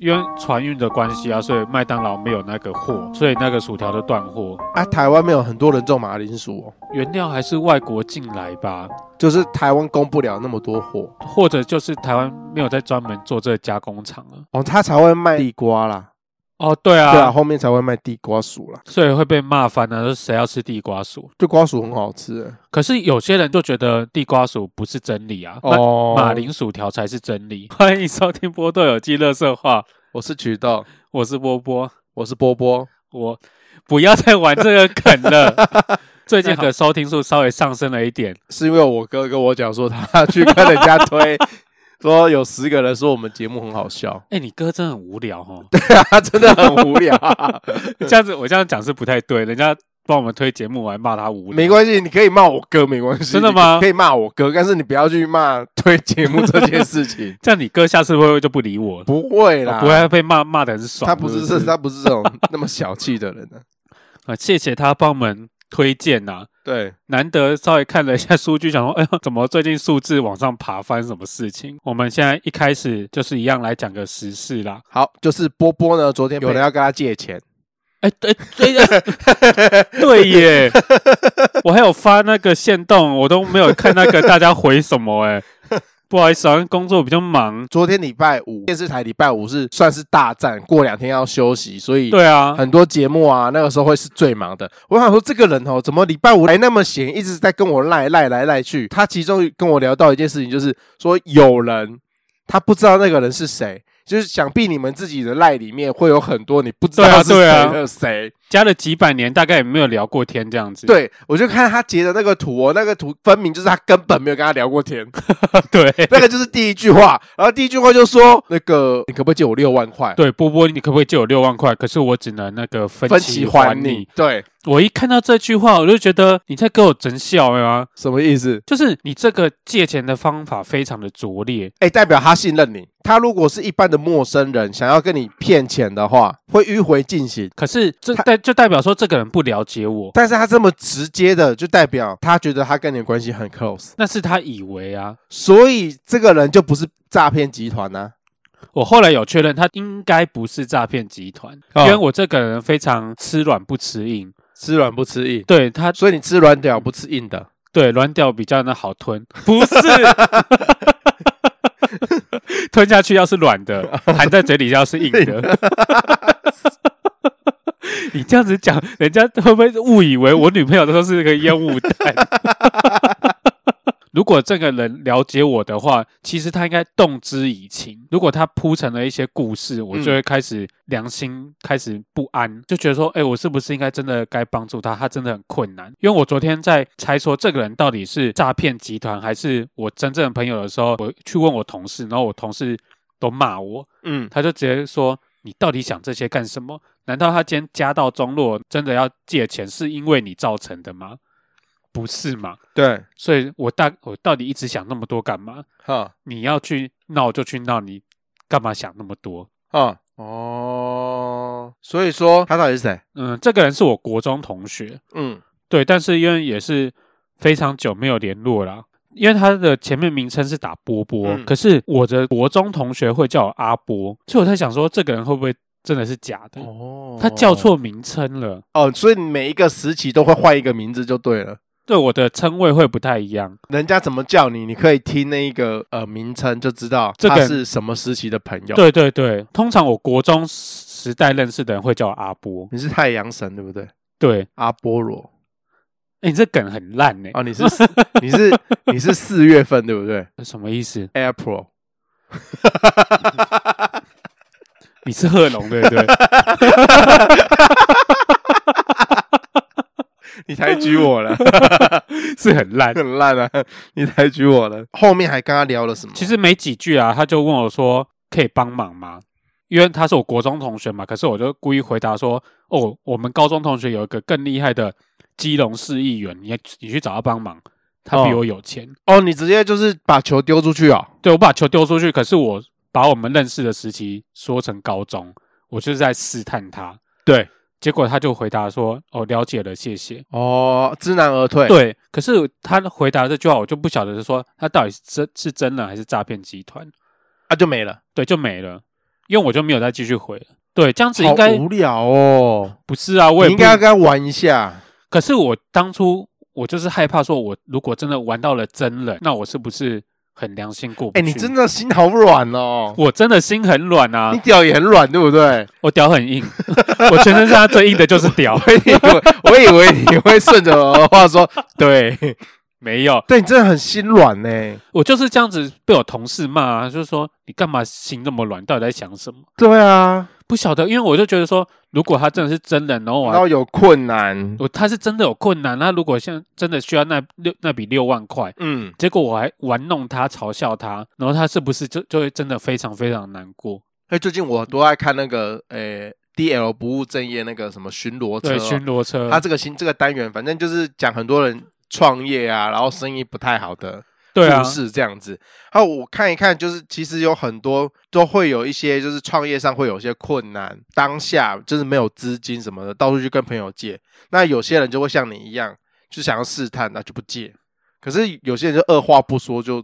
因为船运的关系啊，所以麦当劳没有那个货，所以那个薯条就断货。啊，台湾没有很多人种马铃薯哦，原料还是外国进来吧，就是台湾供不了那么多货或者就是台湾没有在专门做这个加工厂了。哦，他才会卖地瓜啦。哦，对啊，对啊，后面才会卖地瓜薯啦。所以会被骂翻啊，说谁要吃地瓜薯？地瓜薯很好吃欸可是有些人就觉得地瓜薯不是真理啊，马哦。马，铃薯条才是真理。 欢迎收听波豆有机乐色话，我是渠道，我是波波，我是波波。我不要再玩这个梗 了。最近的收听数稍微上升了一点，是因为我哥跟我讲说，他去跟人家 推，说有十个人说我们节目很好笑，哎、你哥真的很无聊哦。他 真的很无聊。这样子我这样讲是不太对，人家帮我们推节目，我还骂他无聊。 没关系，你可以骂我哥，没关系，真的吗。你可以骂我哥，但是你不要去骂推节目这件事情哦这样你哥下次会不会就不理我？ 不会我啦，不会被骂骂的很爽。他不是是是他不是这种那么小气的人呢、啊，谢谢他帮我们推荐呐、对，难得稍微看了一下数据，想说，哎呦，怎么最近数字往上爬，发生什么事情？我们现在一开始就是一样来讲个时事啦。好，就是波波呢，昨天有人要跟他借钱，哎，对对 对耶！我还有发那个线动，我都没有看那个大家回什么哎，不好意思，好像工作比较忙。昨天礼拜五电视台礼拜五是算是大战，过两天要休息，所以对啊，很多节目啊，那个时候会是最忙的。我想说，这个人哦，怎么礼拜五还那么闲，一直在跟我赖赖来赖去。他其中跟我聊到一件事情，就是说有人他不知道那个人是谁，就是想必你们自己的赖里面会有很多你不知道是谁对啊对的谁。加了几百年，大概也没有聊过天这样子。对我就看他截的那个图哦，那个图分明就是他根本没有跟他聊过天。 对那个就是第一句话，然后第一句话就说那个你可不可以借我六万块？对，波波，你可不可以借我六万块？可是我只能那个分分期期还还你你。，对，我一看到这句话，我就觉得你在给我整笑啊！什么意思？就是你这个借钱的方法非常的拙劣，哎，代表他信任你。他如果是一般的陌生人，想要跟你骗钱的话，会迂回进行。可是这他代就代表说这个人不了解我，但是他这么直接的，就代表他觉得他跟你的关系很 close，那是他以为啊。所以这个人就不是诈骗集团啊呐、我后来有确认，他应该不是诈骗集团，哦因为我这个人非常吃软不吃硬，吃软不吃硬，对他所以你吃软屌不吃硬的。对软屌比较那好吞，不是。 吞下去要是软的，含在嘴里要是硬 的。你这样子讲，人家会不会误以为我女朋友都是个烟雾弹？如果这个人了解我的话，其实他应该动之以情。如果他铺成了一些故事，我就会开始良心开始不安，就觉得说，哎、我是不是应该真的该帮助他？他真的很困难。因为我昨天在猜说这个人到底是诈骗集团还是我真正的朋友的时候，我去问我同事，然后我同事都骂我，嗯，他就直接说：“你到底想这些干什么？难道他今天家道中落，真的要借钱是因为你造成的吗？不是嘛？对，所以我大我到底一直想那么多干嘛？哈你要去闹就去闹，你干嘛想那么多？哈哦，所以说他到底是谁？嗯，这个人是我国中同学，嗯，对，但是因为也是非常久没有联络啦。”因为他的前面名称是打波波，嗯可是我的国中同学会叫我阿波，所以我在想说，这个人会不会真的是假的？哦他叫错名称了。哦，所以你每一个时期都会换一个名字就对了。对我的称谓会不太一样。人家怎么叫你，你可以听那一个呃名称就知道这个他是什么时期的朋友。，对对对，通常我国中时时代认识的人会叫我阿波。你是太阳神对不对？对，阿波罗哎，你这梗很烂呢、啊，你是 你是你是四月份对不对什么意思？ ？April 你是贺龙对不对？你抬举 我了，是很烂。很烂啊！你抬举我了。后面还跟他聊了什么？其实没几句啊，他就问我说可以帮忙吗？因为他是我国中同学嘛，可是我就故意回答说，哦，我们高中同学有一个更厉害的基隆市议员，你你去找他帮忙，他比哦我有钱。哦，你直接就是把球丢出去哦。对我把球丢出去，可是我把我们认识的时期说成高中，我就是在试探他。对，结果他就回答说：“哦，了解了，谢谢。哦，知难而退。，对，可是他回答这句话，我就不晓得是说他到底是真是真人还是诈骗集团，啊就没了。对，就没了。因为我就没有再继续回了。对，这样子好应该无聊哦。不是啊，我也你应不该要跟他玩一下，可是我当初我就是害怕，说我如果真的玩到了真人，那我是不是很良心过不哎、去？你真的心好软哦，我真的心很软啊你，屌也很软，对不对？我屌很硬， 我全身上下最硬的就是屌。 我以为我以为你会顺着我的话说， 对，没有，但你真的很心软呢、我就是这样子被我同事骂、啊，就是说你干嘛心那么软，到底在想什么？对啊，不晓得，因为我就觉得说，如果他真的是真人，然后我然还后有困难，我他是真的有困难，那如果像真的需要那六那笔六万块，嗯，结果我还玩弄他、嘲笑他，然后他是不是就就会真的非常非常难过？哎，最近我都爱看那个，诶、d l 不务正业那个什么巡逻车对，哦，巡逻车，他这个新这个单元，反正就是讲很多人创业啊，然后生意不太好的对啊故，事这样子。然后我看一看，就是其实有很多都会有一些，就是创业上会有一些困难，当下就是没有资金什么的，到处去跟朋友借。那有些人就会像你一样，就想要试探，那就不借。可是有些人就二话不说就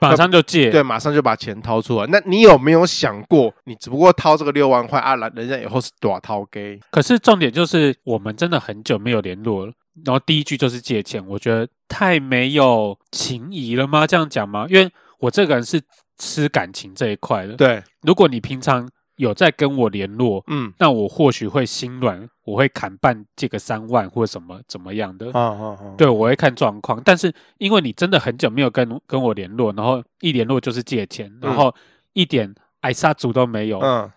马上就戒，对，马上就把钱掏出来。那你有没有想过，你只不过掏这个六万块啊，人人家以后是多少掏给？可是重点就是我们真的很久没有联络了，然后第一句就是借钱，我觉得太没有情谊了吗？这样讲吗？因为我这个人是吃感情这一块的。对，如果你平常有在跟我联络，嗯，那我或许会心软，我会砍半借个三万或什么怎么样的。啊啊啊，对，我会看状况，但是因为你真的很久没有跟跟我联络，然后一联络就是借钱，然后一点挨杀足都没有，嗯，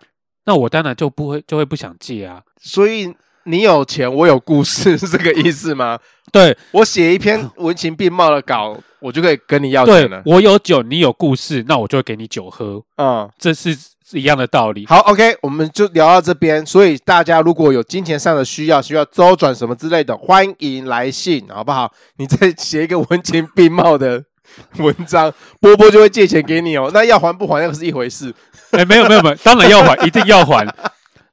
那我当然就不会就会不想借啊。所以你有钱，我有故事， 是这个意思吗？对，我写一篇文情并茂的稿，我就可以跟你要对钱了。我有酒，你有故事，那我就会给你酒喝，嗯，这是是一样的道理。好，OK，我们就聊到这边。所以大家如果有金钱上的需要，需要周转什么之类的，欢迎来信，好不好？你再写一个文情并茂的文章，波波就会借钱给你哦。那要还不还那个是一回事。哎，没有没有没有，当然要还，一定要还。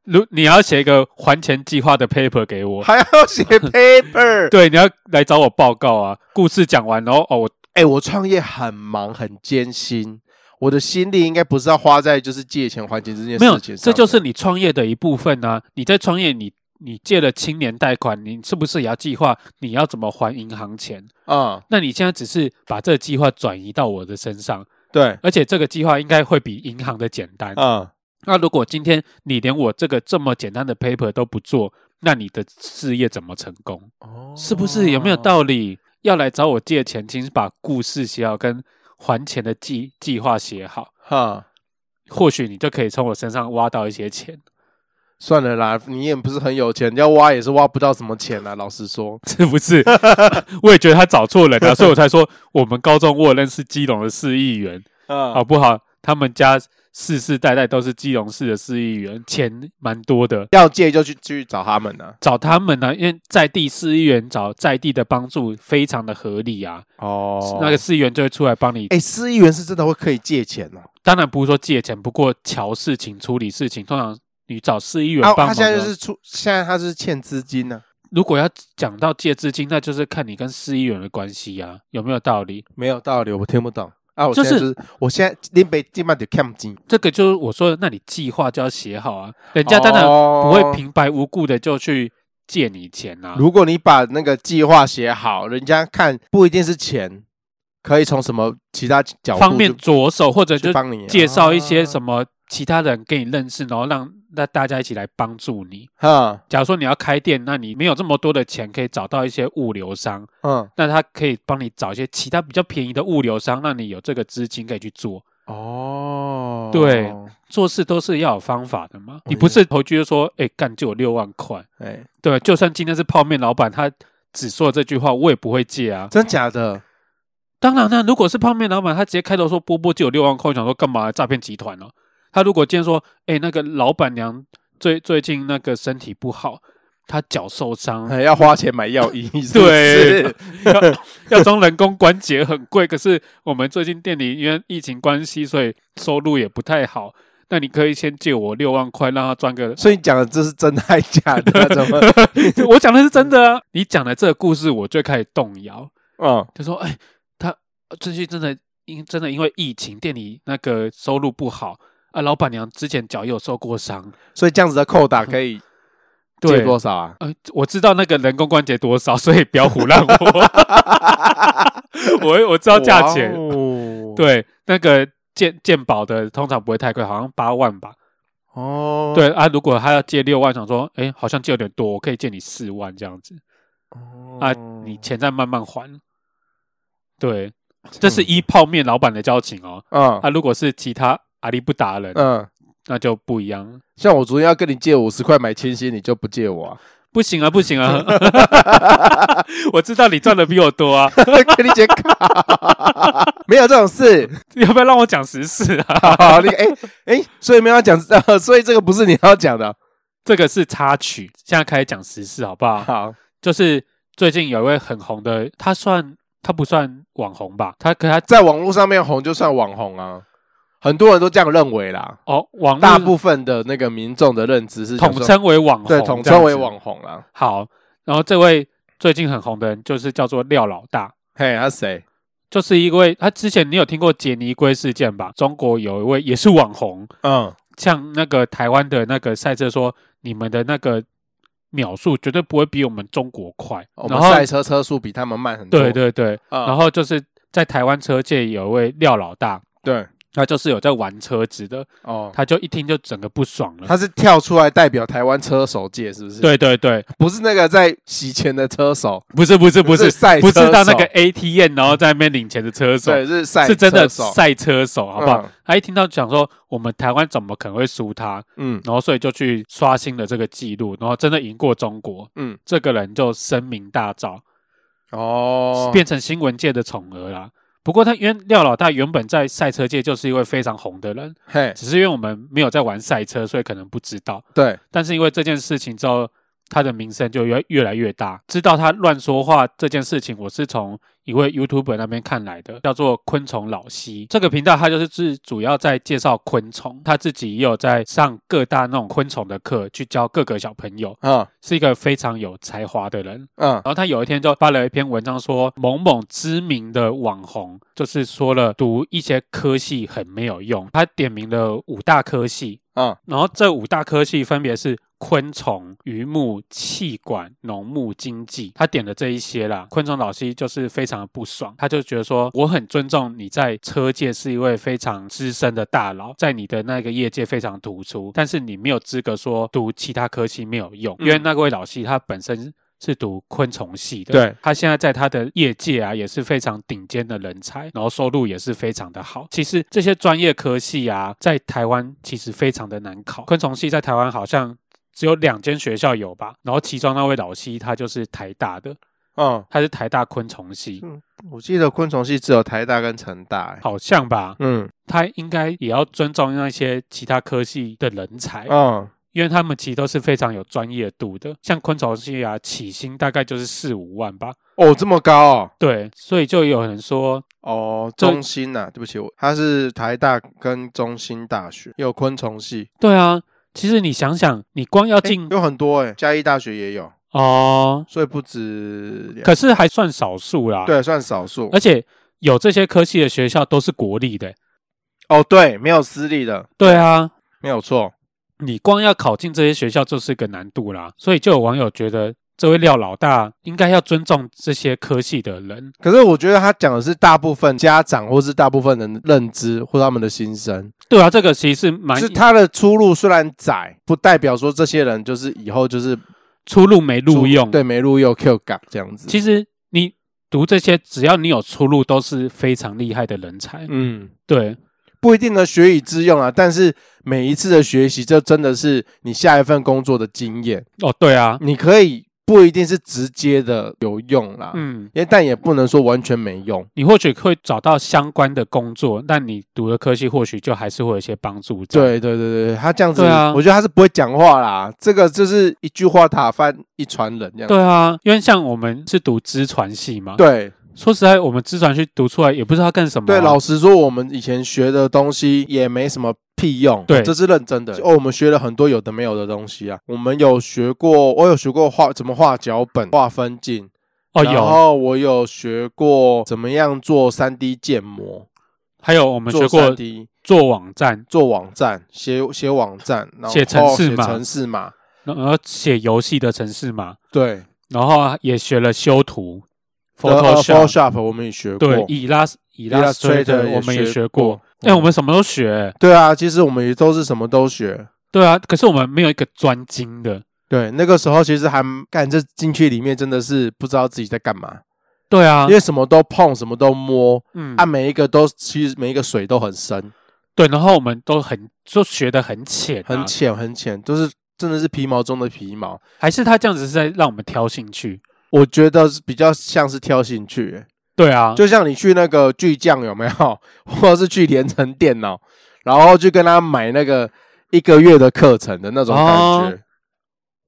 如你要写一个还钱计划的 paper 给我，还要 写 paper。对，你要来找我报告啊。故事讲完，然后哦，我哎、我创业很忙很艰辛，我的心力应该不是要花在就是借钱还钱这件没有，事情上。这就是你创业的一部分啊。你在创业，你你借了青年贷款，你是不是也要计划你要怎么还银行钱？嗯，那你现在只是把这个计划转移到我的身上，对，而且这个计划应该会比银行的简单。嗯，那如果今天你连我这个这么简单的 paper 都不做，那你的事业怎么成功？哦是不是有没有？道理？要来找我借钱，请把故事写好，跟还钱的计计划写好，哈，或许你就可以从我身上挖到一些钱，算了啦，你也不是很有钱，要挖也是挖不到什么钱啊。老实说， 是不是？我也觉得他找错 人了、啊所以我才说我们高中我有认识基隆的市议员，嗯好不好？他们家世世代代都是基隆市的市议员，钱蛮多的，要借就去去找他们啊呐、找他们啊呢、因为在地市议员找在地的帮助非常的合理啊，哦那个，市议员就会出来帮你。哎、市议员是真的会可以借钱哦、当然不是说借钱，不过瞧事情、处理事情，通常你找市议员啊，帮他忙现在的。就是出，现在他是欠资金啊呢、如果要讲到借资金，那就是看你跟市议员的关系啊，有没有道理？没有道理，我听不懂啊。我就现在就是是我现在林北金马就看不进，这个就是我说的，那你计划就要写好啊，人家当然不不会平白无故的就去借你钱啊。如果你把那个计划写好，人家看不一定是钱，可以从什么其他角度方面去着手，或者去就帮你啊介绍一些么什么其他人跟你认识，然后让那大家一起来帮助你。啊假如说你要开店，那你没有这么多的钱，可以找到一些物流商，嗯那他可以帮你找一些其他比较便宜的物流商，让你有这个资金可以去做。哦对做事都是要有方法的嘛，哦你不是头就说，哎，干就有六万块，哎，对，就算今天是泡面老板，他只说这句话，我也不会借啊。真假的当然啦，如果是泡面老板，他直接开头说波波就有六万块，我想说干嘛诈骗集团呢、哦他如果今天说，哎、那个老板娘最最近那个身体不好，她脚受伤，哎要花钱买药医，是不对是，要装人工关节很贵，可是我们最近店里因为疫情关系，所以收入也不太好。那你可以先借我六万块，让他赚个。 所以你讲的这是真还假的？怎么我讲的是真的啊！你讲的这个故事，我就开始动摇， 嗯就说：“哎、他最近真的因真的因为疫情，店里那个收入不好，啊，老板娘之前脚也有受过伤，所以这样子的扣打可以借对，多少啊？呃，我知道那个人工关节多少，所以不要胡乱我， 我我知道价钱，哇哦，对，那个鉴鉴宝的通常不会太贵，好像八万吧。哦，对啊，如果他要借六万，想说，哎，好像借有点多，我可以借你四万这样子哦啊，你钱再慢慢还。哦对，这是一泡面老板的交情哦。嗯啊，如果是其他阿里不达的人，嗯，那就不一样了。像我昨天要跟你借五十块买千禧，你就不借我啊？ 不行啊，不行啊！我知道你赚的比我多啊，跟你姐卡，没有这种事。要不要让我讲实事啊？好，你哎哎，所以没有要讲，所以这个 不是你要讲的。这个是插曲，现在开始讲实事好不好？好，就是最近有一位很红的，他算他不算网红吧？他可他在网络上面红就算网红啊，很多人都这样认为啦。哦，网大络部分的那个民众的认知是想统说称为网红，对统称为这样子网红啊啦。好。然后这位最近很红的人就是叫做廖老大，嘿，他谁？就是一位他之前你有听过杰尼龟事件吧？中国有一位也是网红，嗯，像那个台湾的那个赛车说，你们的那个秒数绝对不会比我们中国快。哦我然们后赛车车速比他们慢很多。对对对，嗯，然后就是在台湾车界有一位廖老大，对他就是有在玩车子的，哦，他就一听就整个不爽了。他是跳出来代表台湾车手界，是不是？，嗯对对对，不是那个在洗钱的车手，不是不是不是，赛不车是到那个手 ATM 然后在那边领钱的车手，对，是赛是真的车手赛车手，好不好？嗯他一听到讲说我们台湾怎么可能会输他，嗯然后所以就去刷新了这个记录，然后真的赢过中国，嗯，这个人就声名大噪，哦，变成新闻界的宠儿啦。不过他因为廖老大原本在赛车界就是一位非常红的人，嘿，只是因为我们没有在玩赛车，所以可能不知道。对，但是因为这件事情之后，他的名声就越越来越大。知道他乱说话这件事情，我是从一位 YouTuber 那边看来的，叫做昆虫老西这个频道，他就是自主要在介绍昆虫，他自己也有在上各大那种昆虫的课，去教各个小朋友，嗯是一个非常有才华的人。嗯然后他有一天就发了一篇文章说，某某知名的网红就是说了读一些科系很没有用，他点名了五大科系，嗯，然后这五大科系分别是昆虫、鱼目、气管、农牧、经济，他点的这一些啦。昆虫老师就是非常的不爽，他就觉得说我很尊重你在车界是一位非常资深的大佬，在你的那个业界非常突出，但是你没有资格说读其他科系没有用，因为嗯那位老师他本身。是读昆虫系的，对，他现在在他的业界啊也是非常顶尖的人才，然后收入也是非常的好。其实这些专业科系啊，在台湾其实非常的难考，昆虫系在台湾好像只有两间学校有吧，然后其中那位老师他就是台大的，嗯，他是台大昆虫系，我记得昆虫系只有台大跟成大、欸，好像吧，嗯他应该也要尊重那些其他科系的人才，嗯，因为他们其实都是非常有专业度的。像昆虫系啊，起薪大概就是四五万吧，哦，这么高哦。对，所以就有人说哦，这中心呐、对不起，我他是台大跟中心大学，也有昆虫系，对啊，其实你想想，你光要诶进、有很多哎、嘉义大学也有，哦，所以不止两，可是还算少数啦。，对，算少数而。且有这些科系的学校都是国立的欸、哦，对，没有私立的，对啊，没有错。你光要考进这些学校就是个难度啦。所以就有网友觉得，这位廖老大应该要尊重这些科系的人。可是我觉得他讲的是大部分家长或是大部分人的认知或他们的心声，对啊，这个其实是蛮是他的出路虽然窄，不代表说这些人就是以后就是出路没出录用。，对，没录用 Q 岗这样子。其实你读这些，只要你有出路，都是非常厉害的人才。嗯，对，不一定能学以致用啊，但是每一次的学习，这真的是你下一份工作的经验。哦，对啊，你可以不一定是直接的有用啦，嗯。也但也不能说完全没用。你或许会找到相关的工作，但你读的科系或许就还是会有一些帮助在。对对对对，他这样子，对啊我觉得他是不会讲话啦。这个就是一句话打翻一船人这样子。对啊，因为像我们是读资传系嘛，对说实在，我们资传系读出来也不知道干什么啊、对，老实说，我们以前学的东西也没什么屁用。对这是认真的。哦，我们学了很多有的没有的东西啊。我们有学过，我有学过画怎么画脚本、画分镜，哦然有后我有学过怎么样做三 D 建模，还有我们学做过 3D 做网站，做网站，写写网站，然后哦写程式写码程式码，然后写游戏的城市嘛，对然后也学了修图呃呃，Photoshop， Photoshop 我们也学过，对，Elas Illustrator 我们也学过。。哎、嗯我们什么都学，对啊，其实我们也都是什么都学。对啊，可是我们没有一个专精的，对，那个时候其实还干这进去里面真的是不知道自己在干嘛，对啊因，为什么都碰，什么都摸，嗯，啊，每一个都其实每一个水都很深，对，然后我们都很就学的很浅、啊，很浅很浅，都是真的是皮毛中的皮毛。还是他这样子是在让我们挑兴趣？我觉得是比较像是挑兴趣、欸对啊，就像你去那个巨匠有没有， 或者是去连城电脑，然后去跟他买那个一个月的课程的那种感觉。哦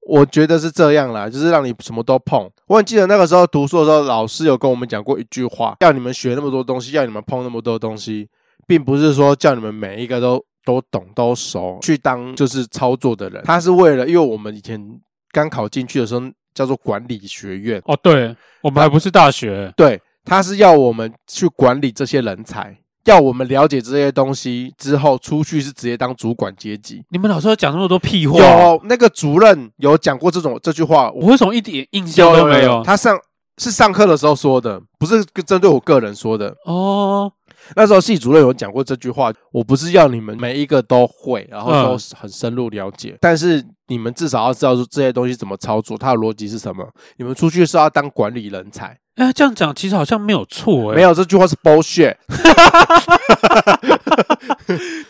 我觉得是这样啦，就是让你什么都碰。我很记得那个时候读书的时候，老师有跟我们讲过一句话：要你们学那么多东西，要你们碰那么多东西，并不是说叫你们每一个都都懂都熟去当就是操作的人。他是为了，因为我们以前刚考进去的时候叫做管理学院，哦，对，我们还不是大学，对，他是要我们去管理这些人才，要我们了解这些东西之后，出去是直接当主管阶级。你们老师有讲那么多屁话，有那个主任有讲过这种这句话，我为什么一点印象都没有？他上是上课的时候说的，不是针对我个人说的。哦，那时候系主任有讲过这句话，我不是要你们每一个都会，然后都嗯很深入了解，但是你们至少要知道说这些东西怎么操作，它的逻辑是什么。你们出去是要当管理人才，哎、这样讲其实好像没有错、哎，没有这句话是 bullshit。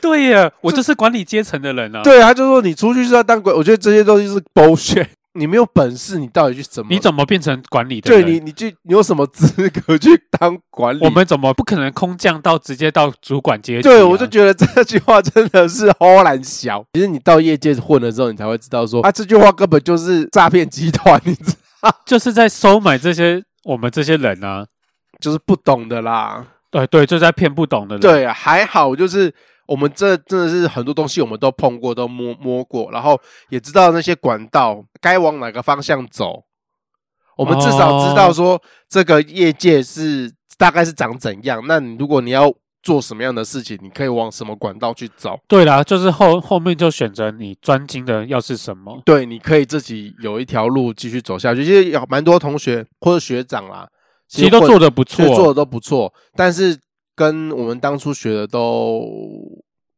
对耶，我就是管理阶层的人啊。，对，他就说你出去是要当鬼，我觉得这些东西是 bullshit。你 没有本事，你到底去怎么？你怎么变成管理的对人？你，你去，你有什么资格去当管理？我们怎么不可能空降到直接到主管阶级、啊？对我就觉得这句话真的是 齁懒小。其实你到业界混了之后，你才会知道说，啊，这句话根本就是诈骗集团，你知就是在收买这些我们这些人啊。就是不懂的啦。对对，就是在骗不懂的人。，啊对，还好就是我们这真的是很多东西我们都碰过，都摸摸过，然后也知道那些管道该往哪个方向走。我们至少知道哦说这个业界是大概是长怎样。那你如果你要做什么样的事情，你可以往什么管道去走？对啦，就是后后面就选择你专精的要是什么。对，你可以自己有一条路继续走下去。其实有蛮多同学或者学长啦，其实都混做的不其实做错，的都不错，但是跟我们当初学的都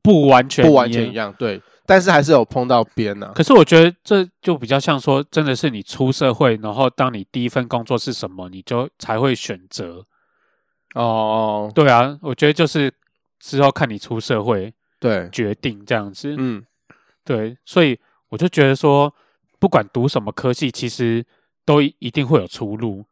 不完全不完全一样。样，对，但是还是有碰到边啊呐、可是我觉得这就比较像说，真的是你出社会，然后当你第一份工作是什么，你就才会选择。哦，对啊，我觉得就是之后看你出社会对，决定这样子。嗯，对，所以我就觉得说，不管读什么科系，其实都一一定会有出路，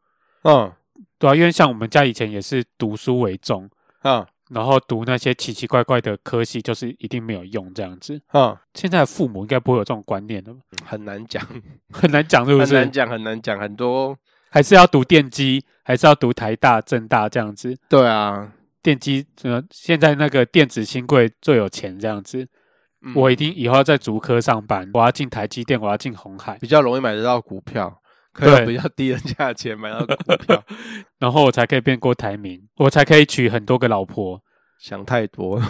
嗯，对啊，因为像我们家以前也是读书为重，嗯，然后读那些奇奇怪怪的科系，就是一定没有用这样子。嗯，现在的父母应该不会有这种观念了吧，很难讲，很难讲是不很难是？讲，很难讲，很多，还是要读电机，还是要读台大、政大这样子？对啊，电机呃，现在那个电子新贵最有钱这样子，嗯我一定以后要在竹科上班，我要进台积电，我要进红海，比较容易买得到股票，可以对用比较低的价钱买到股 票，然后我才可以变郭台铭，我才可以娶很多个老婆。想太多，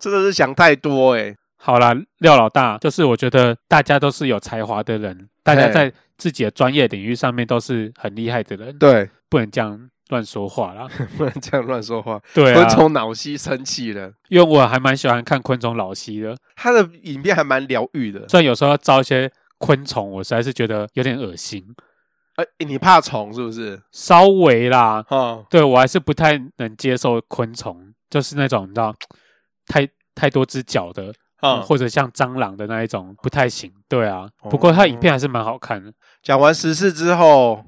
真的是想太多哎、好啦，廖老大，就是我觉得大家都是有才华的人，大家嘿在自己的专业领域上面都是很厉害的人， 对，不能这样乱说话 啦。不能这样乱说话，对昆啊，虫脑吸生气了。因为我还蛮喜欢看昆虫老西的，他的影片还蛮疗愈的，虽然有时候要招一些昆虫，我实在是觉得有点恶心，哎、你怕虫是不是？稍微啦，哦，对我还是不太能接受昆虫，就是那种你知道，太太多只脚的，啊、或者像蟑螂的那一种不太行。对啊，不过它影片还是蛮好看的。讲完时事之后，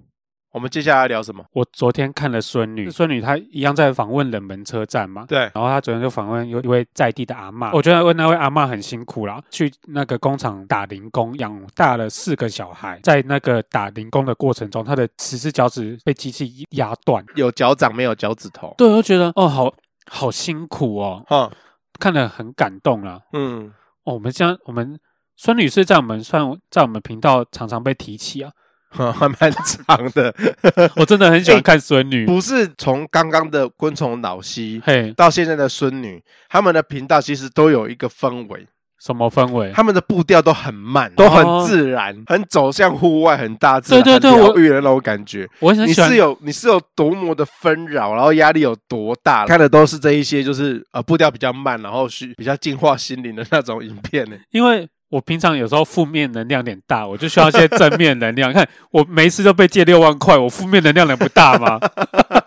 我们接下来聊什么？我昨天看了孙女，孙女她一样在访问冷门车站嘛。对，然后她昨天就访问有一位在地的阿嬷，我觉得那位阿嬷很辛苦啦，去那个工厂打零工，养大了四个小孩。在那个打零工的过程中，她的十只脚趾被机器压断。有脚掌没有脚趾头。对，我就觉得哦，好好辛苦哦，哈，看了很感动啦。嗯，哦，我们这样，我们孙女士在我们算在我们频道常常被提起啊，嗯 还蛮长的。 我真的很喜欢看孙女，不是从刚刚的昆虫老西嘿，到现在的孙女，他们的频道其实都有一个氛围，什么氛围？他们的步调都很哦慢，都很自然，很走向户外，很大自然，对对对很疗我愈的那种感觉。我很你喜欢是有你是有多么的纷扰，然后压力有多大？看的都是这一些，就是呃步调比较慢，然后是比较净化心灵的那种影片呢。因为我平常有时候负面能量有点大，我就需要一些正面能量。你 看我每一次都被借六万块，我负面能量能不大吗？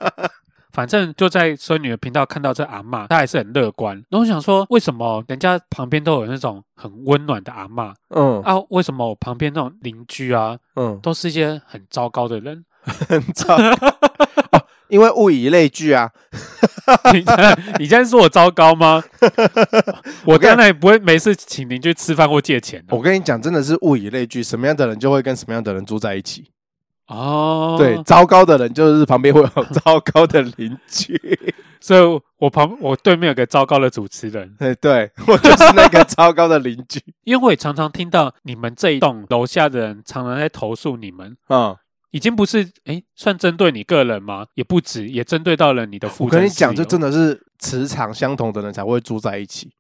反正就在孙女的频道看到这阿嬷，她还是很乐观。然后我想说，为什么人家旁边都有那种很温暖的阿嬷嗯啊？为什么我旁边那种邻居啊，嗯，都是一些很糟糕的人？ 很糟、哦因为物以类聚啊。 你你现在说我糟糕吗？我当然也不会没事请邻居吃饭或借钱啊的、我跟你讲，真的是物以类聚，什么样的人就会跟什么样的人住在一起。哦，对，糟糕的人就是旁边会有糟糕的邻 居。所以我旁我对面有个糟糕的主持人，对哎对，我就是那个糟糕的邻 居。因为我也常常听到你们这一栋楼下的人常常在投诉你们，嗯，已经不是诶算针对你个人吗？也不止，也针对到了你的 我附跟近你讲，这真的，哦的是磁场相同的人才会住在一起。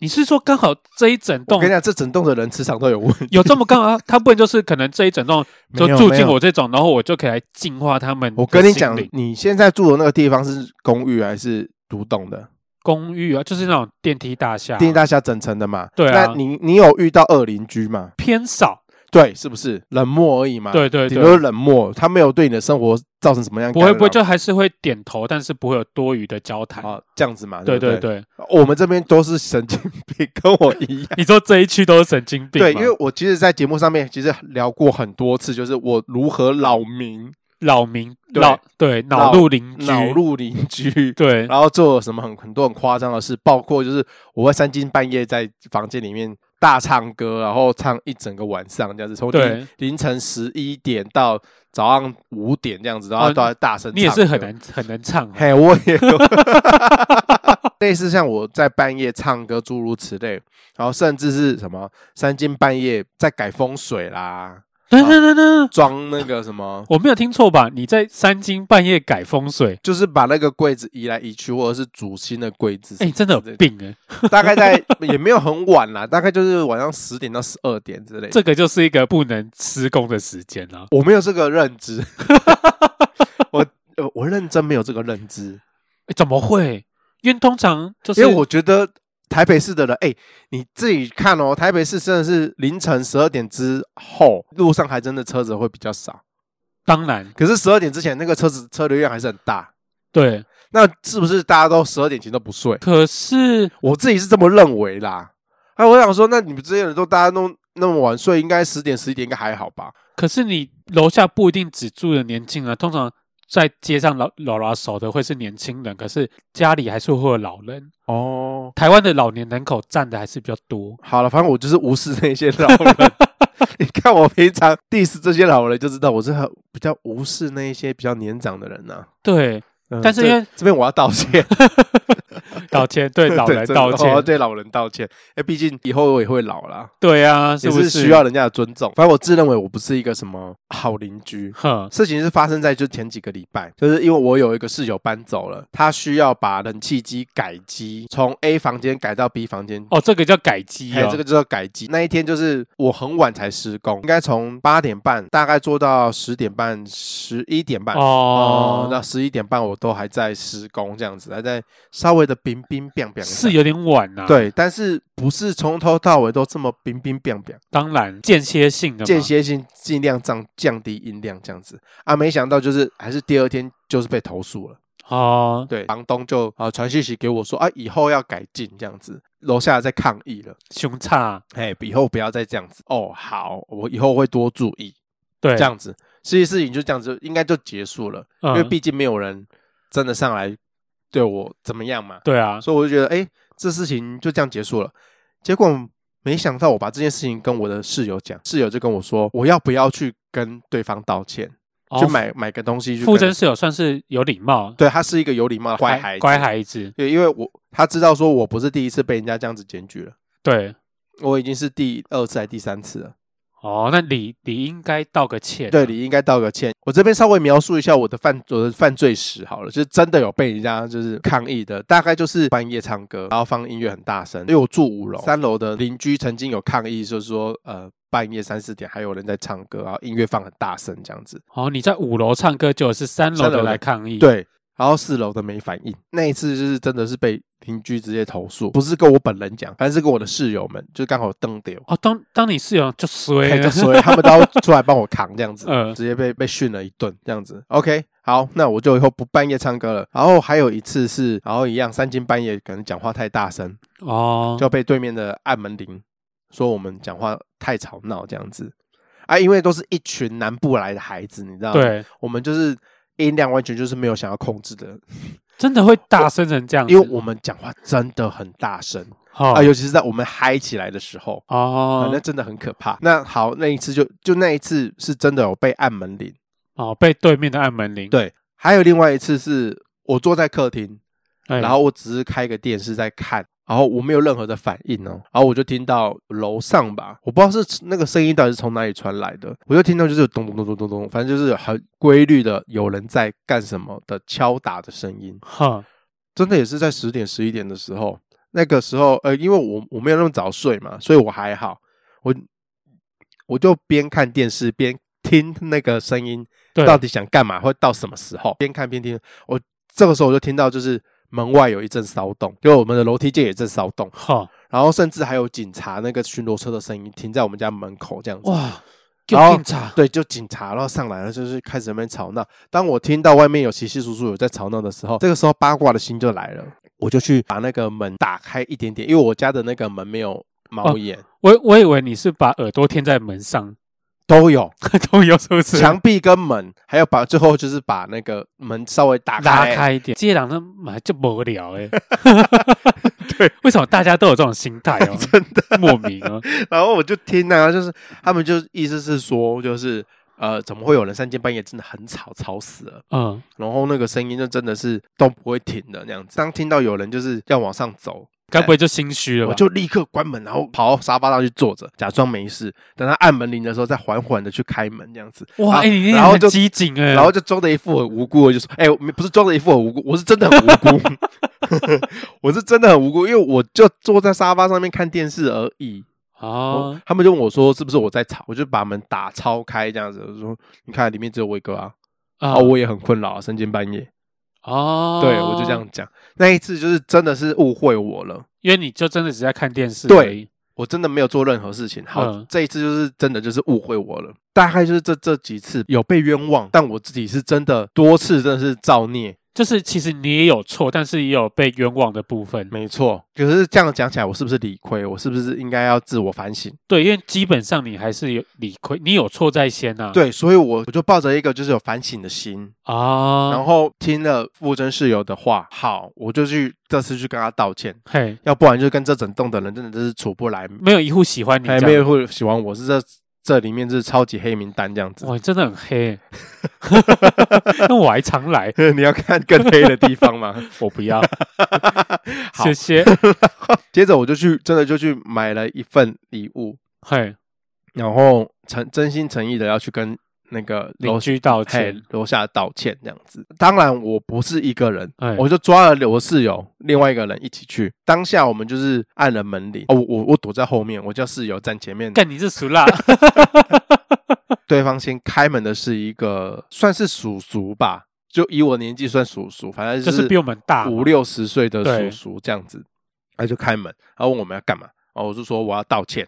你是说刚好这一整我栋跟你讲，这整栋的人磁场都有问题。有这么刚好 啊？他不能就是可能这一整栋就没有住没进有我这种，然后我就可以来净化他嗯们的心灵。我跟你讲，你现在住的那个地方是公寓还是独栋的？公寓啊，就是那种电梯大厦啊，电梯大厦整层的嘛。对啊那你你有遇到恶邻居吗？偏少，对，是不是冷漠而已嘛？，对对啊顶多对是，冷漠，他没有对你的生活造成什么样的不干扰。会不会就还是会点头，但是不会有多余的交谈。啊这样子嘛？对对对不对，对，我们这边都是神经病，跟我一样。你说这一区都是神经 病吗，对，因为我其实，在节目上面其实聊过很多次，就是我如何扰民、扰民对老对恼恼怒邻居，恼怒邻居，对然后做了什么很很多很夸张的事，包括就是我会三更半夜在房间里面大唱歌，然后唱一整个晚上这样子，从对凌凌晨十一点到早上五点这样子，然哦后都在大声、你也是很。难很难唱哦，嘿，我也有 类似像我在半夜唱歌，诸如此类，然后甚至是什么三更半夜在改风水啦，等等等等，装那个什么，我没有听错吧？你在三更半夜改风水，就是把那个柜子移来移去，或者是主新的柜子。哎，你真的有病哎！大概在也没有很晚啦，大概就是晚上十点到十二点之类的。这个就是一个不能施工的时间啊。我没有这个认知，我呃我认真没有这个认知，哎怎么会？因为通常就是因为我觉得台北市的人，哎、你自己看哦，台北市真的是凌晨十二点之后，路上还真的车子会比较少，当然可是十二点之前那个车子车流量还是很大。对，那是不是大家都十二点前都不睡？可是我自己是这么认为啦。哎、我想说，那你们这些人都大家都那么晚睡，应该十点十一点应该还好吧？可是你楼下不一定只住的年轻人，通常在街上老老拉手的会是年轻人，可是家里还是会有老人。哦，台湾的老年人口占的还是比较多，好了，反正我就是无视那些老人。 你看我平常 diss 这些老人，就知道我是很比较无视那一些比较年长的人呐、对，嗯但是因为这这边我要道歉， 道歉， 对老对人真的道我要歉，对老人道歉。哎，毕竟以后我也会老啦，对啊，是也不是需要？人家的尊重。反正我自认为我不是一个什么好邻居。哼，事情是发生在就前几个礼拜，就是因为我有一个室友搬走了，他需要把冷气机改机，从 A 房间改到 B 房间哦，这个叫改机还有哦，这个就叫改机。那一天就是我很晚才施工，应该从八点半大概做到十点半、十一点半。哦，哦，那十一点半我都还在施工，这样子还在稍微的冰冰冰冰。是有点晚啊呐，，对，但是不是从头到尾都这么冰冰冰冰？当然间歇性的嘛间，歇性尽量降降低音量这样子啊，没想到就是还是第二天就是被投诉了。哦，对，房东就啊传讯息给我说啊，以后要改进这样子，楼下在抗议了。凶差，哎，以后不要再这样子哦。好，我以后会多注意。对，这样子，这些事情就这样子，应该就结束了，嗯，因为毕竟没有人真的上来对我怎么样嘛，对啊，所以我就觉得，哎，这事情就这样结束了。结果没想到，我把这件事情跟我的室友讲，室友就跟我说，我要不要去跟对方道歉，哦就买买个东西去跟。傅真室友算是有礼貌，对他是一个有礼貌的乖孩子，乖孩子，对，因为我他知道说我不是第一次被人家这样子检举了，对，我已经是第二次还是第三次了。哦，那你你应该道个歉、啊对，你应该道个歉。我这边稍微描述一下我的犯我的犯罪史好了，就是真的有被人家就是抗议的，大概就是半夜唱歌，然后放音乐很大声，因为我住五楼，三楼的邻居曾经有抗议，就是说呃半夜三四点还有人在唱歌，然后音乐放很大声这样子。哦，你在五楼唱歌，结果是三楼三楼的的来抗议。，对，然后四楼的没反应。那一次就是真的是被邻居直接投诉，不是跟我本人讲，反正是跟我的室友们，就刚好瞪丢。哦，当当你室友就衰对，了，就所以他们都要出来帮我扛这样子，嗯直接被被训了一顿这样子。OK，好，那我就以后不半夜唱歌了。然后还有一次是，然后一样三更半夜可能讲话太大声， 哦，就被对面的按门铃说我们讲话太吵闹这样子。啊，因为都是一群南部来的孩子，你知道吗？，对，我们就是音量完全就是没有想要控制嗯的，真的会大声成这样子，因为我们讲话真的很大声、哦啊，尤其是在我们嗨起来的时候。啊，那哦真的很可怕。那好，那一次就就那一次是真的有被按门铃，哦，被对面的按门铃，对。还有另外一次是我坐在客厅，哎，然后我只是开个电视在看，然后我没有任何的反应哦，然后我就听到楼上吧，我不知道是那个声音到底是从哪里传来的，我就听到就是咚咚咚咚咚咚，反正就是很规律的有人在干什么的敲打的声音。哼，真的也是在十点十一点的时候，那个时候，呃，因为我我没有那么早睡嘛，所以我还好，我我就边看电视边听那个声音，对，到底想干嘛，会到什么时候，边看边听。我这个时候我就听到就是门外有一阵骚动，就我们的楼梯间也在骚动，哈然后甚至还有警察那个巡逻车的声音停在我们家门口这样子。哇，然后又警察，对，就警察，然后上来了，就是开始在那边吵闹。当我听到外面有稀稀疏疏有在吵闹的时候，这个时候八卦的心就来了，我就去把那个门打开一点点，因为我家的那个门没有猫眼，我我以为你是把耳朵贴在门上， 都有都有是不是？墙壁跟门，还有把最后就是把那个门稍微打拉开，开一点，接两张买就无聊 哎、欸。对，为什么大家都有这种心态 哦？真的莫名哦。然后我就听啊，就是他们就意思是说，就是呃，怎么会有人三更半夜真的很吵，吵死了。嗯，然后那个声音就真的是都不会停的那样子。当听到有人就是要往上走，该不会就心虚了吧？我就立刻关门，然后跑到沙发上去坐着，假装没事。等他按门铃的时候，再缓缓的去开门，这样子。哇，然后哎、你那然个后很就机警哎、然后就装的一副很无辜的，就说：“哎、我不是装的一副很无辜，我是真的很无辜， 我是真的很无辜，因为我就坐在沙发上面看电视而已。哦，他们就问我说：“是不是我在吵？”我就把门打超开，这样子。我说：“你看，里面只有我一个啊，啊啊，我也很困扰啊，三更半夜。哦，对，我就这样，讲。那一次就是真的是误会我了。因为你就真的只在看电视，对，我真的没有做任何事情。好，嗯这一次就是真的就是误会我了。大概就是这这几次有被冤枉，但我自己是真的多次真的是造孽，就是其实你也有错，但是也有被冤枉的部分。没错。可是这样讲起来，我是不是理亏？我是不是应该要自我反省？对，因为基本上你还是有理亏，你有错在先呐、啊。对，所以我我就抱着一个就是有反省的心，啊，然后听了傅真室友的话，好，我就去这次去跟他道歉，嘿，要不然就跟这整栋的人真的就是处不来，没有一户喜欢你这还样，没有会喜欢我，是这这里面是超级黑名单这样子。哇，你真的很黑，那我还常来， 你要看更黑的地方吗？我不要，好谢谢。 接着我就去，真的就去买了一份礼物，嘿，然后诚真心诚意的要去跟那个邻楼居道嘿歉，楼下道歉这样子。当然我不是一个人哎，我就抓了我室友另外一个人一起去。当下我们就是按了门铃，哦，我我我躲在后面，我叫室友站前面。干你这俗 辣，对方先开门的是一个算是叔叔吧，就以我年纪算叔叔，反正就是是比我们大嘛五六十岁的对叔叔这样子，他就开门，然后问我们要干嘛，哦，我就说我要道歉，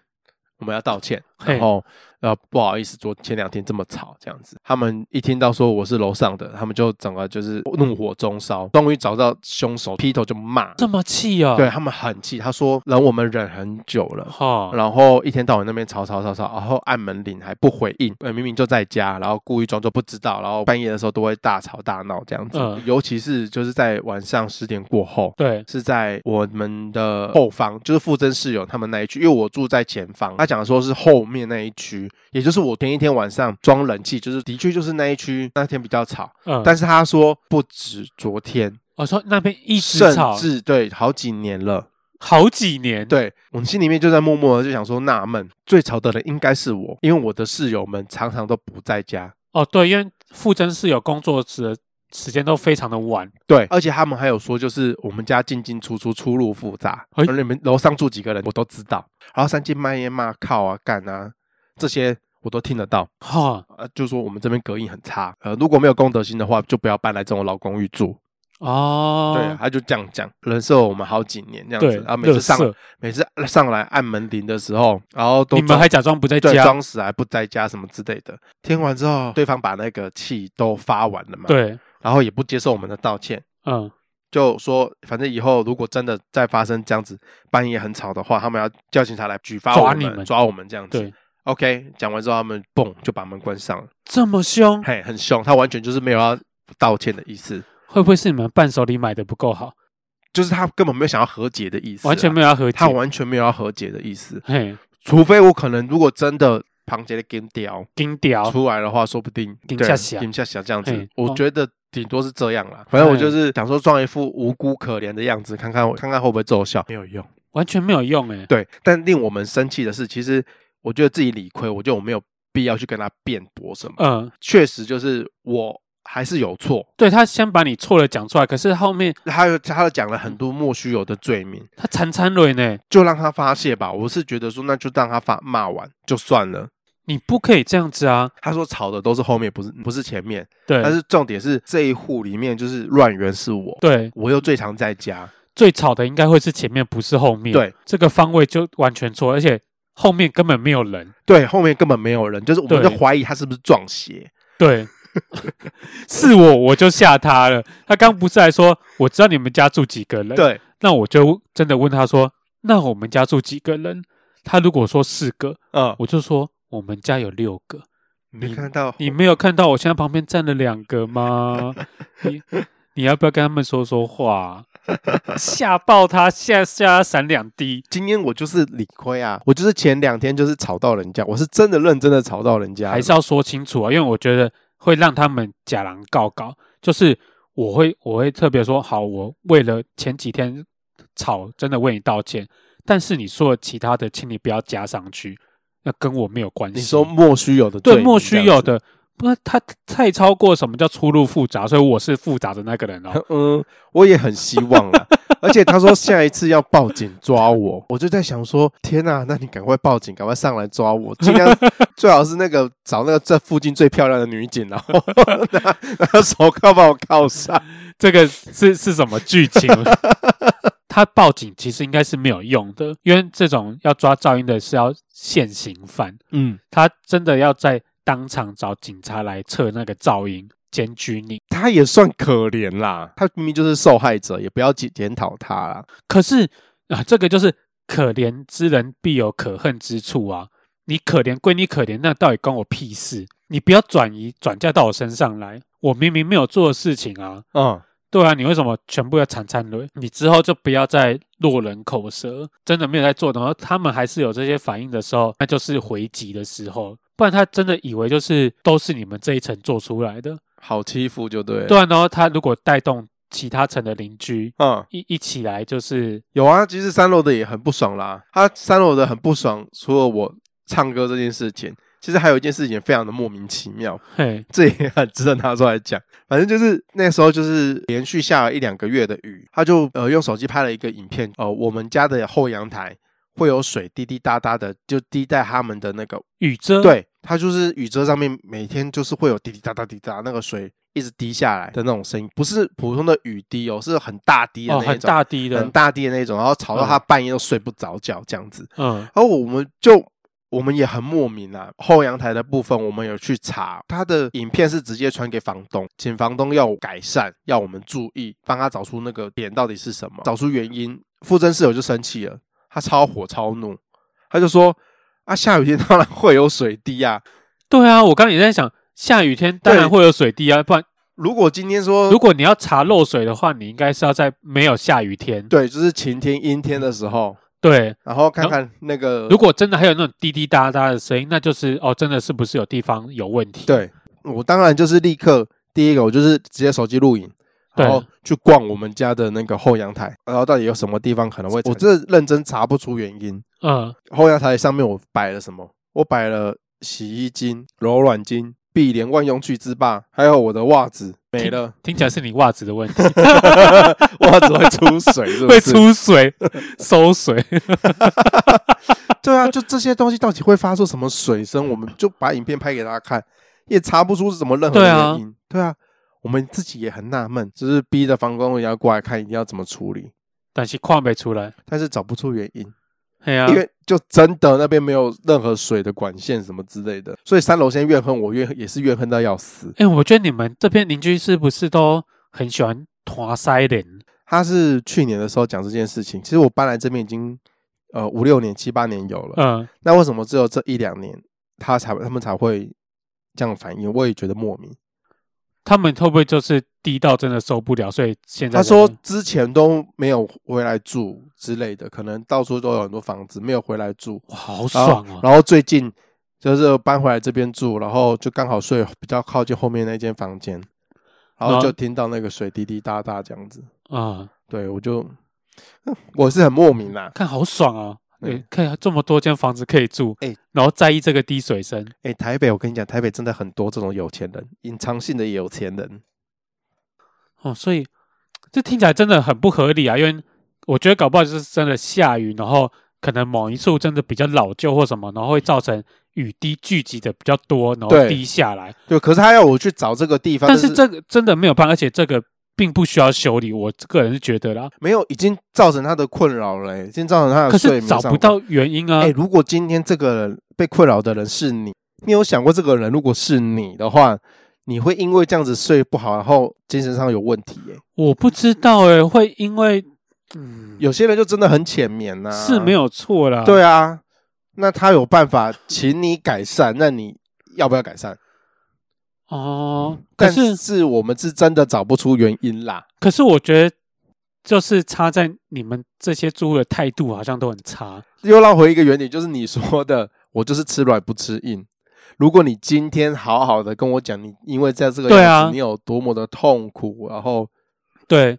我们要道歉，嘿然后呃不好意思，昨前两天这么吵这样子，他们一听到说我是楼上的，他们就整个就是怒火中烧，终于找到凶手，劈头就骂，这么气哦？对，他们很气，他说忍我们忍很久了，哈，然后一天到晚那边吵吵吵吵，然后按门铃还不回应，呃，明明就在家，然后故意装作不知道，然后半夜的时候都会大吵大闹这样子，嗯尤其是就是在晚上十点过后。对，是在我们的后方，就是傅真室友他们那一区，因为我住在前方，他讲的说是后面那一区，也就是我前一天晚上装冷气，就是的确就是那一区那天比较吵，嗯，但是他说不止昨天，我说那边一直甚吵，至对好几年了，好几年，，对我心里面就在默默的就想说纳闷，最吵的人应该是我，因为我的室友们常常都不在家。哦对，因为傅真室友工作时的时间都非常的晚，对，而且他们还有说，就是我们家进进出出出入复杂，哎而你们楼上住几个人我都知道，然后三更半夜骂靠啊干啊这些我都听得到，哈呃，就说我们这边隔音很差，呃，如果没有公德心的话，就不要搬来这种老公寓住。哦，对，他就这样讲，忍受我们好几年这样子，啊，每次垃上圾每次上来按门铃的时候，然后都你们装还假装不在对家，装死还不在家什么之类的。听完之后，对方把那个气都发完了嘛，，对，然后也不接受我们的道歉，嗯，就说反正以后如果真的再发生这样子半夜很吵的话，他们要叫警察来举发抓我们，你们抓我们这样子。对， OK，讲完之后他们嘣就把门关上了，这么凶，嘿，很凶，他完全就是没有要道歉的意思。会不会是你们伴手礼买的不够好，就是他根本没有想要和解的意思啊、完全没有要和解？他完全没有要和解的意思，嘿，除非我可能如果真的旁杰的跟掉金屌，出来的话，说不定顶对下下顶下下啊这样子嘿，我哦觉得顶多是这样啦。反正我就是想说装一副无辜可怜的样子，看看我看看会不会奏效，没有用。完全没有用哎，对，但令我们生气的是，其实我觉得自己理亏，我觉得我没有必要去跟他辩驳什么。嗯，确实就是我还是有错，对他先把你错的讲出来，可是后面他又他又讲了很多莫须有的罪名，他惨惨累呢，就让他发泄吧。我是觉得说，那就让他发骂完就算了。你不可以这样子啊，他说吵的都是后面，不是不是前面。对，但是重点是这一户里面就是乱源是我，对，我又最常在家，最吵的应该会是前面，不是后面。对，这个方位就完全错，而且后面根本没有人。对，后面根本没有人，就是我们对就怀疑他是不是撞邪， 对，是我我就吓他了。他刚不是还说我知道你们家住几个人，对，那我就真的问他说，那我们家住几个人？他如果说四个，嗯，我就说我们家有六个。你看到你没有看到我现在旁边站了两个吗？你你要不要跟他们说说话？吓爆他，吓吓他闪两滴。今天我就是理亏啊，我就是前两天就是吵到人家，我是真的认真的吵到人家了，还是要说清楚啊，因为我觉得会让他们假狼告告，就是我会我会特别说，好，我为了前几天吵，真的为你道歉，但是你说的其他的，请你不要加上去，那跟我没有关系。你说莫须有的罪对名莫这须样有子，的，不，他太超过什么叫出入复杂，所以我是复杂的那个人 哦。嗯，我也很希望啦。而且他说下一次要报警抓我，我就在想说，天呐、那你赶快报警，赶快上来抓我，尽量最好是那个找那个这附近最漂亮的女警，然后 拿拿手铐把我铐上。这个是是什么剧情？ 他报警其实应该是没有用的，因为这种要抓噪音的是要现行犯。嗯，他真的要在当场找警察来测那个噪音，检举你。他也算可怜啦，他明明就是受害者，也不要检检讨他啦。可是啊，这个就是可怜之人必有可恨之处啊！你可怜归你可怜，那到底关我屁事？你不要转移转嫁到我身上来，我明明没有做的事情啊！嗯，对啊，你为什么全部要铲铲轮？你之后就不要再落人口舌，真的没有在做的话，然后他们还是有这些反应的时候，那就是回击的时候，不然他真的以为就是都是你们这一层做出来的。好欺负就对了。对，啊，然后他如果带动其他层的邻居嗯，一一起来，就是有啊，其实三楼的也很不爽啦。他三楼的很不爽，除了我唱歌这件事情，其实还有一件事情非常的莫名其妙， 嘿，这也很值得拿出来讲。反正就是那时候就是连续下了一两个月的雨，他就呃用手机拍了一个影片，呃，我们家的后阳台会有水滴滴答答的，就滴在他们的那个雨遮，对，它就是雨遮上面每天就是会有滴滴答答滴答那个水一直滴下来的那种声音，不是普通的雨滴哦，是很大滴的哦，那一很种，大滴的很，大滴的那一种，然后吵到他嗯半夜都睡不着觉这样子。嗯，然后我们就我们也很莫名啊，后阳台的部分我们有去查，他的影片是直接传给房东，请房东要改善，要我们注意，帮他找出那个点到底是什么，找出原因。傅真室友就生气了，他超火超怒，他就说。啊，下雨天当然会有水滴啊！对啊，我刚刚也在想，下雨天当然对会有水滴啊，不然如果今天说如果你要查漏水的话，你应该是要在没有下雨天，对，就是晴天、阴天的时候，对，然后看看那个，如果真的还有那种滴滴答答的声音，那就是哦，真的是不是有地方有问题？，对我当然就是立刻第一个，我就是直接手机录影，对然后去逛我们家的那个后阳台，然后到底有什么地方可能会，我我真的认真查不出原因。嗯，后阳台上面我摆了什么？我摆了洗衣精、柔软巾、碧莲万用去渍霸，还有我的袜子 没了， 听起来是你袜子的问题，袜子会出水是不会是？出水、收水。 对啊，就这些东西到底会发出什么水声？我们就把影片拍给大家看，也查不出是什么任何的对啊原因。对啊，我们自己也很纳闷，就是逼着房东也要过来看，一定要怎么处理，但是看不出来，但是找不出原因。哎呀、因为就真的那边没有任何水的管线什么之类的，所以三楼现在怨恨我怨也是怨恨到要死。哎、我觉得你们这边邻居是不是都很喜欢团塞脸？他是去年的时候讲这件事情，其实我搬来这边已经呃五六年七八年有了，嗯，那为什么只有这一两年他才他们才会这样反应？我也觉得莫名。他们会不会就是低到真的受不了，所以现在他说才之前都没有回来住之类的，可能到处都有很多房子没有回来住，哇好然后爽哦、然后最近就是搬回来这边住，然后就刚好睡比较靠近后面那间房间，然后啊就听到那个水滴滴答答这样子。啊、对我就，嗯我是很莫名啦。看好爽啊！对对，看这么多间房子可以住，哎然后在意这个滴水声，哎、台北，我跟你讲，台北真的很多这种有钱人，隐藏性的有钱人。哦，所以这听起来真的很不合理啊！因为我觉得搞不好就是真的下雨，然后可能某一处真的比较老旧或什么，然后会造成雨滴聚集的比较多，然后对滴下来。对，可是他要我去找这个地方，但就是这个真的没有办法，而且这个并不需要修理，我个人是觉得啦。没有已经造成他的困扰了、已经造成他的可啊睡是眠找上不的。到原因啊哎、，如果今天这个人被困扰的人是你，你有想过这个人如果是你的话，你会因为这样子睡不好，然后精神上有问题、耶？我不知道哎、会因为嗯有些人就真的很浅眠呐、是没有错啦，啊对啊，那他有办法请你改善，那你要不要改善？哦，可但是是我们是真的找不出原因啦。可是我觉得就是差在你们这些租户的态度好像都很差。又绕回一个原点，就是你说的，我就是吃软不吃硬。如果你今天好好的跟我讲，你因为在这个对样啊子，你有多么的痛苦，然后对，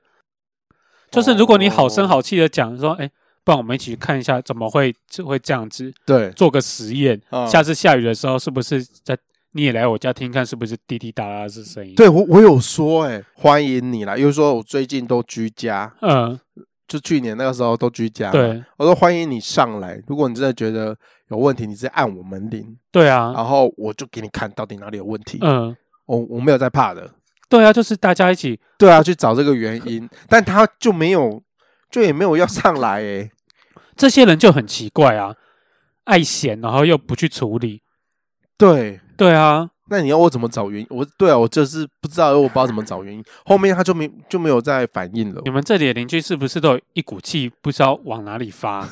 就是如果你好声哦好气的讲说，哎、不然我们一起去看一下怎么会就会这样子，对，做个实验，嗯下次下雨的时候是不是在你也来我家听看是不是滴滴答答是声音？，对我我有说哎、欢迎你啦，因为说我最近都居家，嗯，就去年那个时候都居家，，对我说欢迎你上来，如果你真的觉得有问题，你直接按我门铃，对啊，然后我就给你看到底哪里有问题，嗯，我我没有在怕的，对啊，就是大家一起对啊，去找这个原因，但他就没有，就也没有要上来哎、这些人就很奇怪啊，爱闲然后又不去处理。对，对啊，那你要我怎么找原因？我对啊，我就是不知道，我不知道怎么找原因。后面他就没就没有再反应了你。们这里的邻居是不是都有一股气不知道往哪里 发？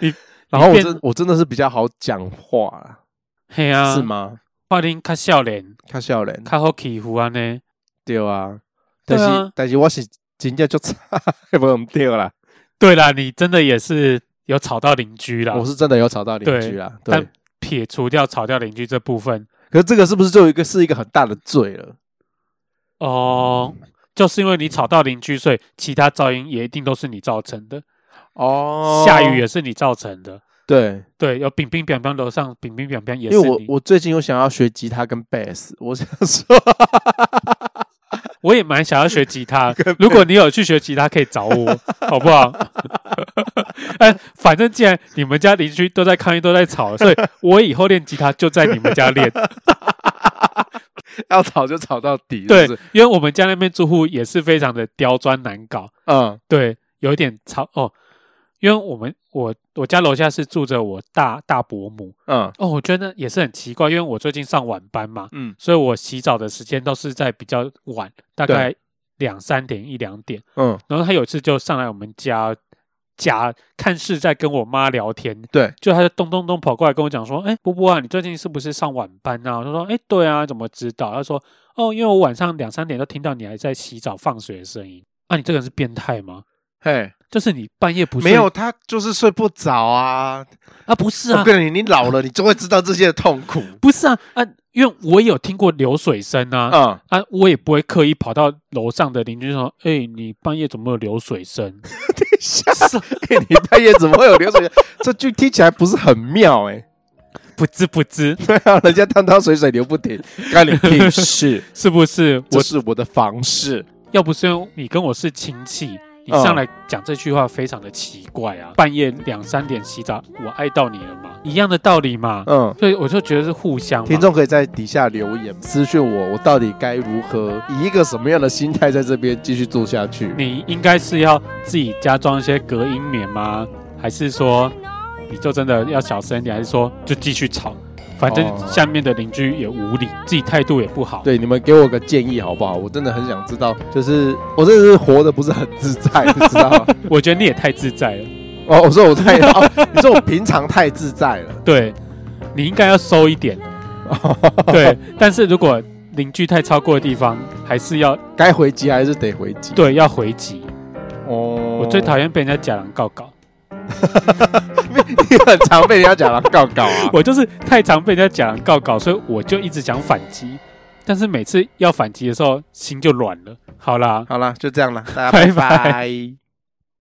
你然你后我变真我真的是比较好讲话嘿啊，啊，是？吗？话恁较少年，看笑脸，较好欺负啊安尼。对啊，对但啊是、但是我是真的就差， 不用对啦，对啦，你真的也是有吵到邻居啦。我是真的有吵到邻居啦。啊对但，撇除掉吵掉邻居这部分，可是这个是不是就有一个是一个很大的罪了？哦、嗯就是因为你吵到邻居，所以其他噪音也一定都是你造成的。哦下雨也是你造成的。对，对，有冰冰冰冰楼上冰冰冰冰也因是为我你，我最近有想要学吉他跟贝斯，我想说， 我也蛮想要学吉 他。如果你有去学吉他，可以找我，好不好？ 哎，反正既然你们家邻居都在抗议，都在吵，所以我以后练吉他就在你们家 练。要吵就吵到底，对是不是，因为我们家那边住户也是非常的刁钻难搞，嗯，对，有一点吵哦。因为我们我我家楼下是住着我大大伯母嗯哦，我觉得也是很奇怪，因为我最近上晚班嘛，嗯所以我洗澡的时间都是在比较晚，大对概两三点一两点。嗯，然后他有一次就上来我们家，假看是在跟我妈聊天，对，就他就咚咚咚跑过来跟我讲说：“哎，波波啊，你最近是不是上晚班啊？”我就说：“哎，对啊，怎么知道？”他说：“哦，因为我晚上两三点都听到你还在洗澡放水的声音。”啊，你这个人是变态吗？嘿，就是你半夜不睡没有，他就是睡不着啊。啊？不是我啊，跟你，你老了，你就会知道这些的痛苦。不是啊啊！因为我也有听过流水声啊，嗯，啊，我也不会刻意跑到楼上的邻居说：“哎、你半夜怎么有流水声 吓死！哎你半夜怎么会有流水声？这句听起来不是很妙哎、？”不知不知，对啊，人家汤汤水水流不停，干你屁事！是不是？这我是我的房事。要不是因为你跟我是亲戚，你嗯上来讲这句话非常的奇怪啊！半夜两三点洗澡，我爱到你了嘛，一样的道理嘛。嗯，所以我就觉得是互相嘛。听众可以在底下留言私讯我，我到底该如何以一个什么样的心态在这边继续做下去？你应该是要自己加装一些隔音棉吗？还是说你就真的要小声一点？还是说就继续吵？反正哦下面的邻居也无理，自己态度也不好。对，你们给我个建议好不好？我真的很想知道，就是我真的是活得不是很自在，你知 道吗？我觉得你也太自在了。哦，我说我太，哦、你说我平常太自在了。对，你应该要收一点。 对，但是如果邻居太超过的地方，还是要该回击还是得回击。对要回击。哦，我最讨厌被人家假狼告告，你 很常被人家讲了告告啊。 我就是太常被人家假狼告告，所以我就一直想反击，但是每次要反击的时候心就软了。好啦，好了，就这样了，大家拜拜拜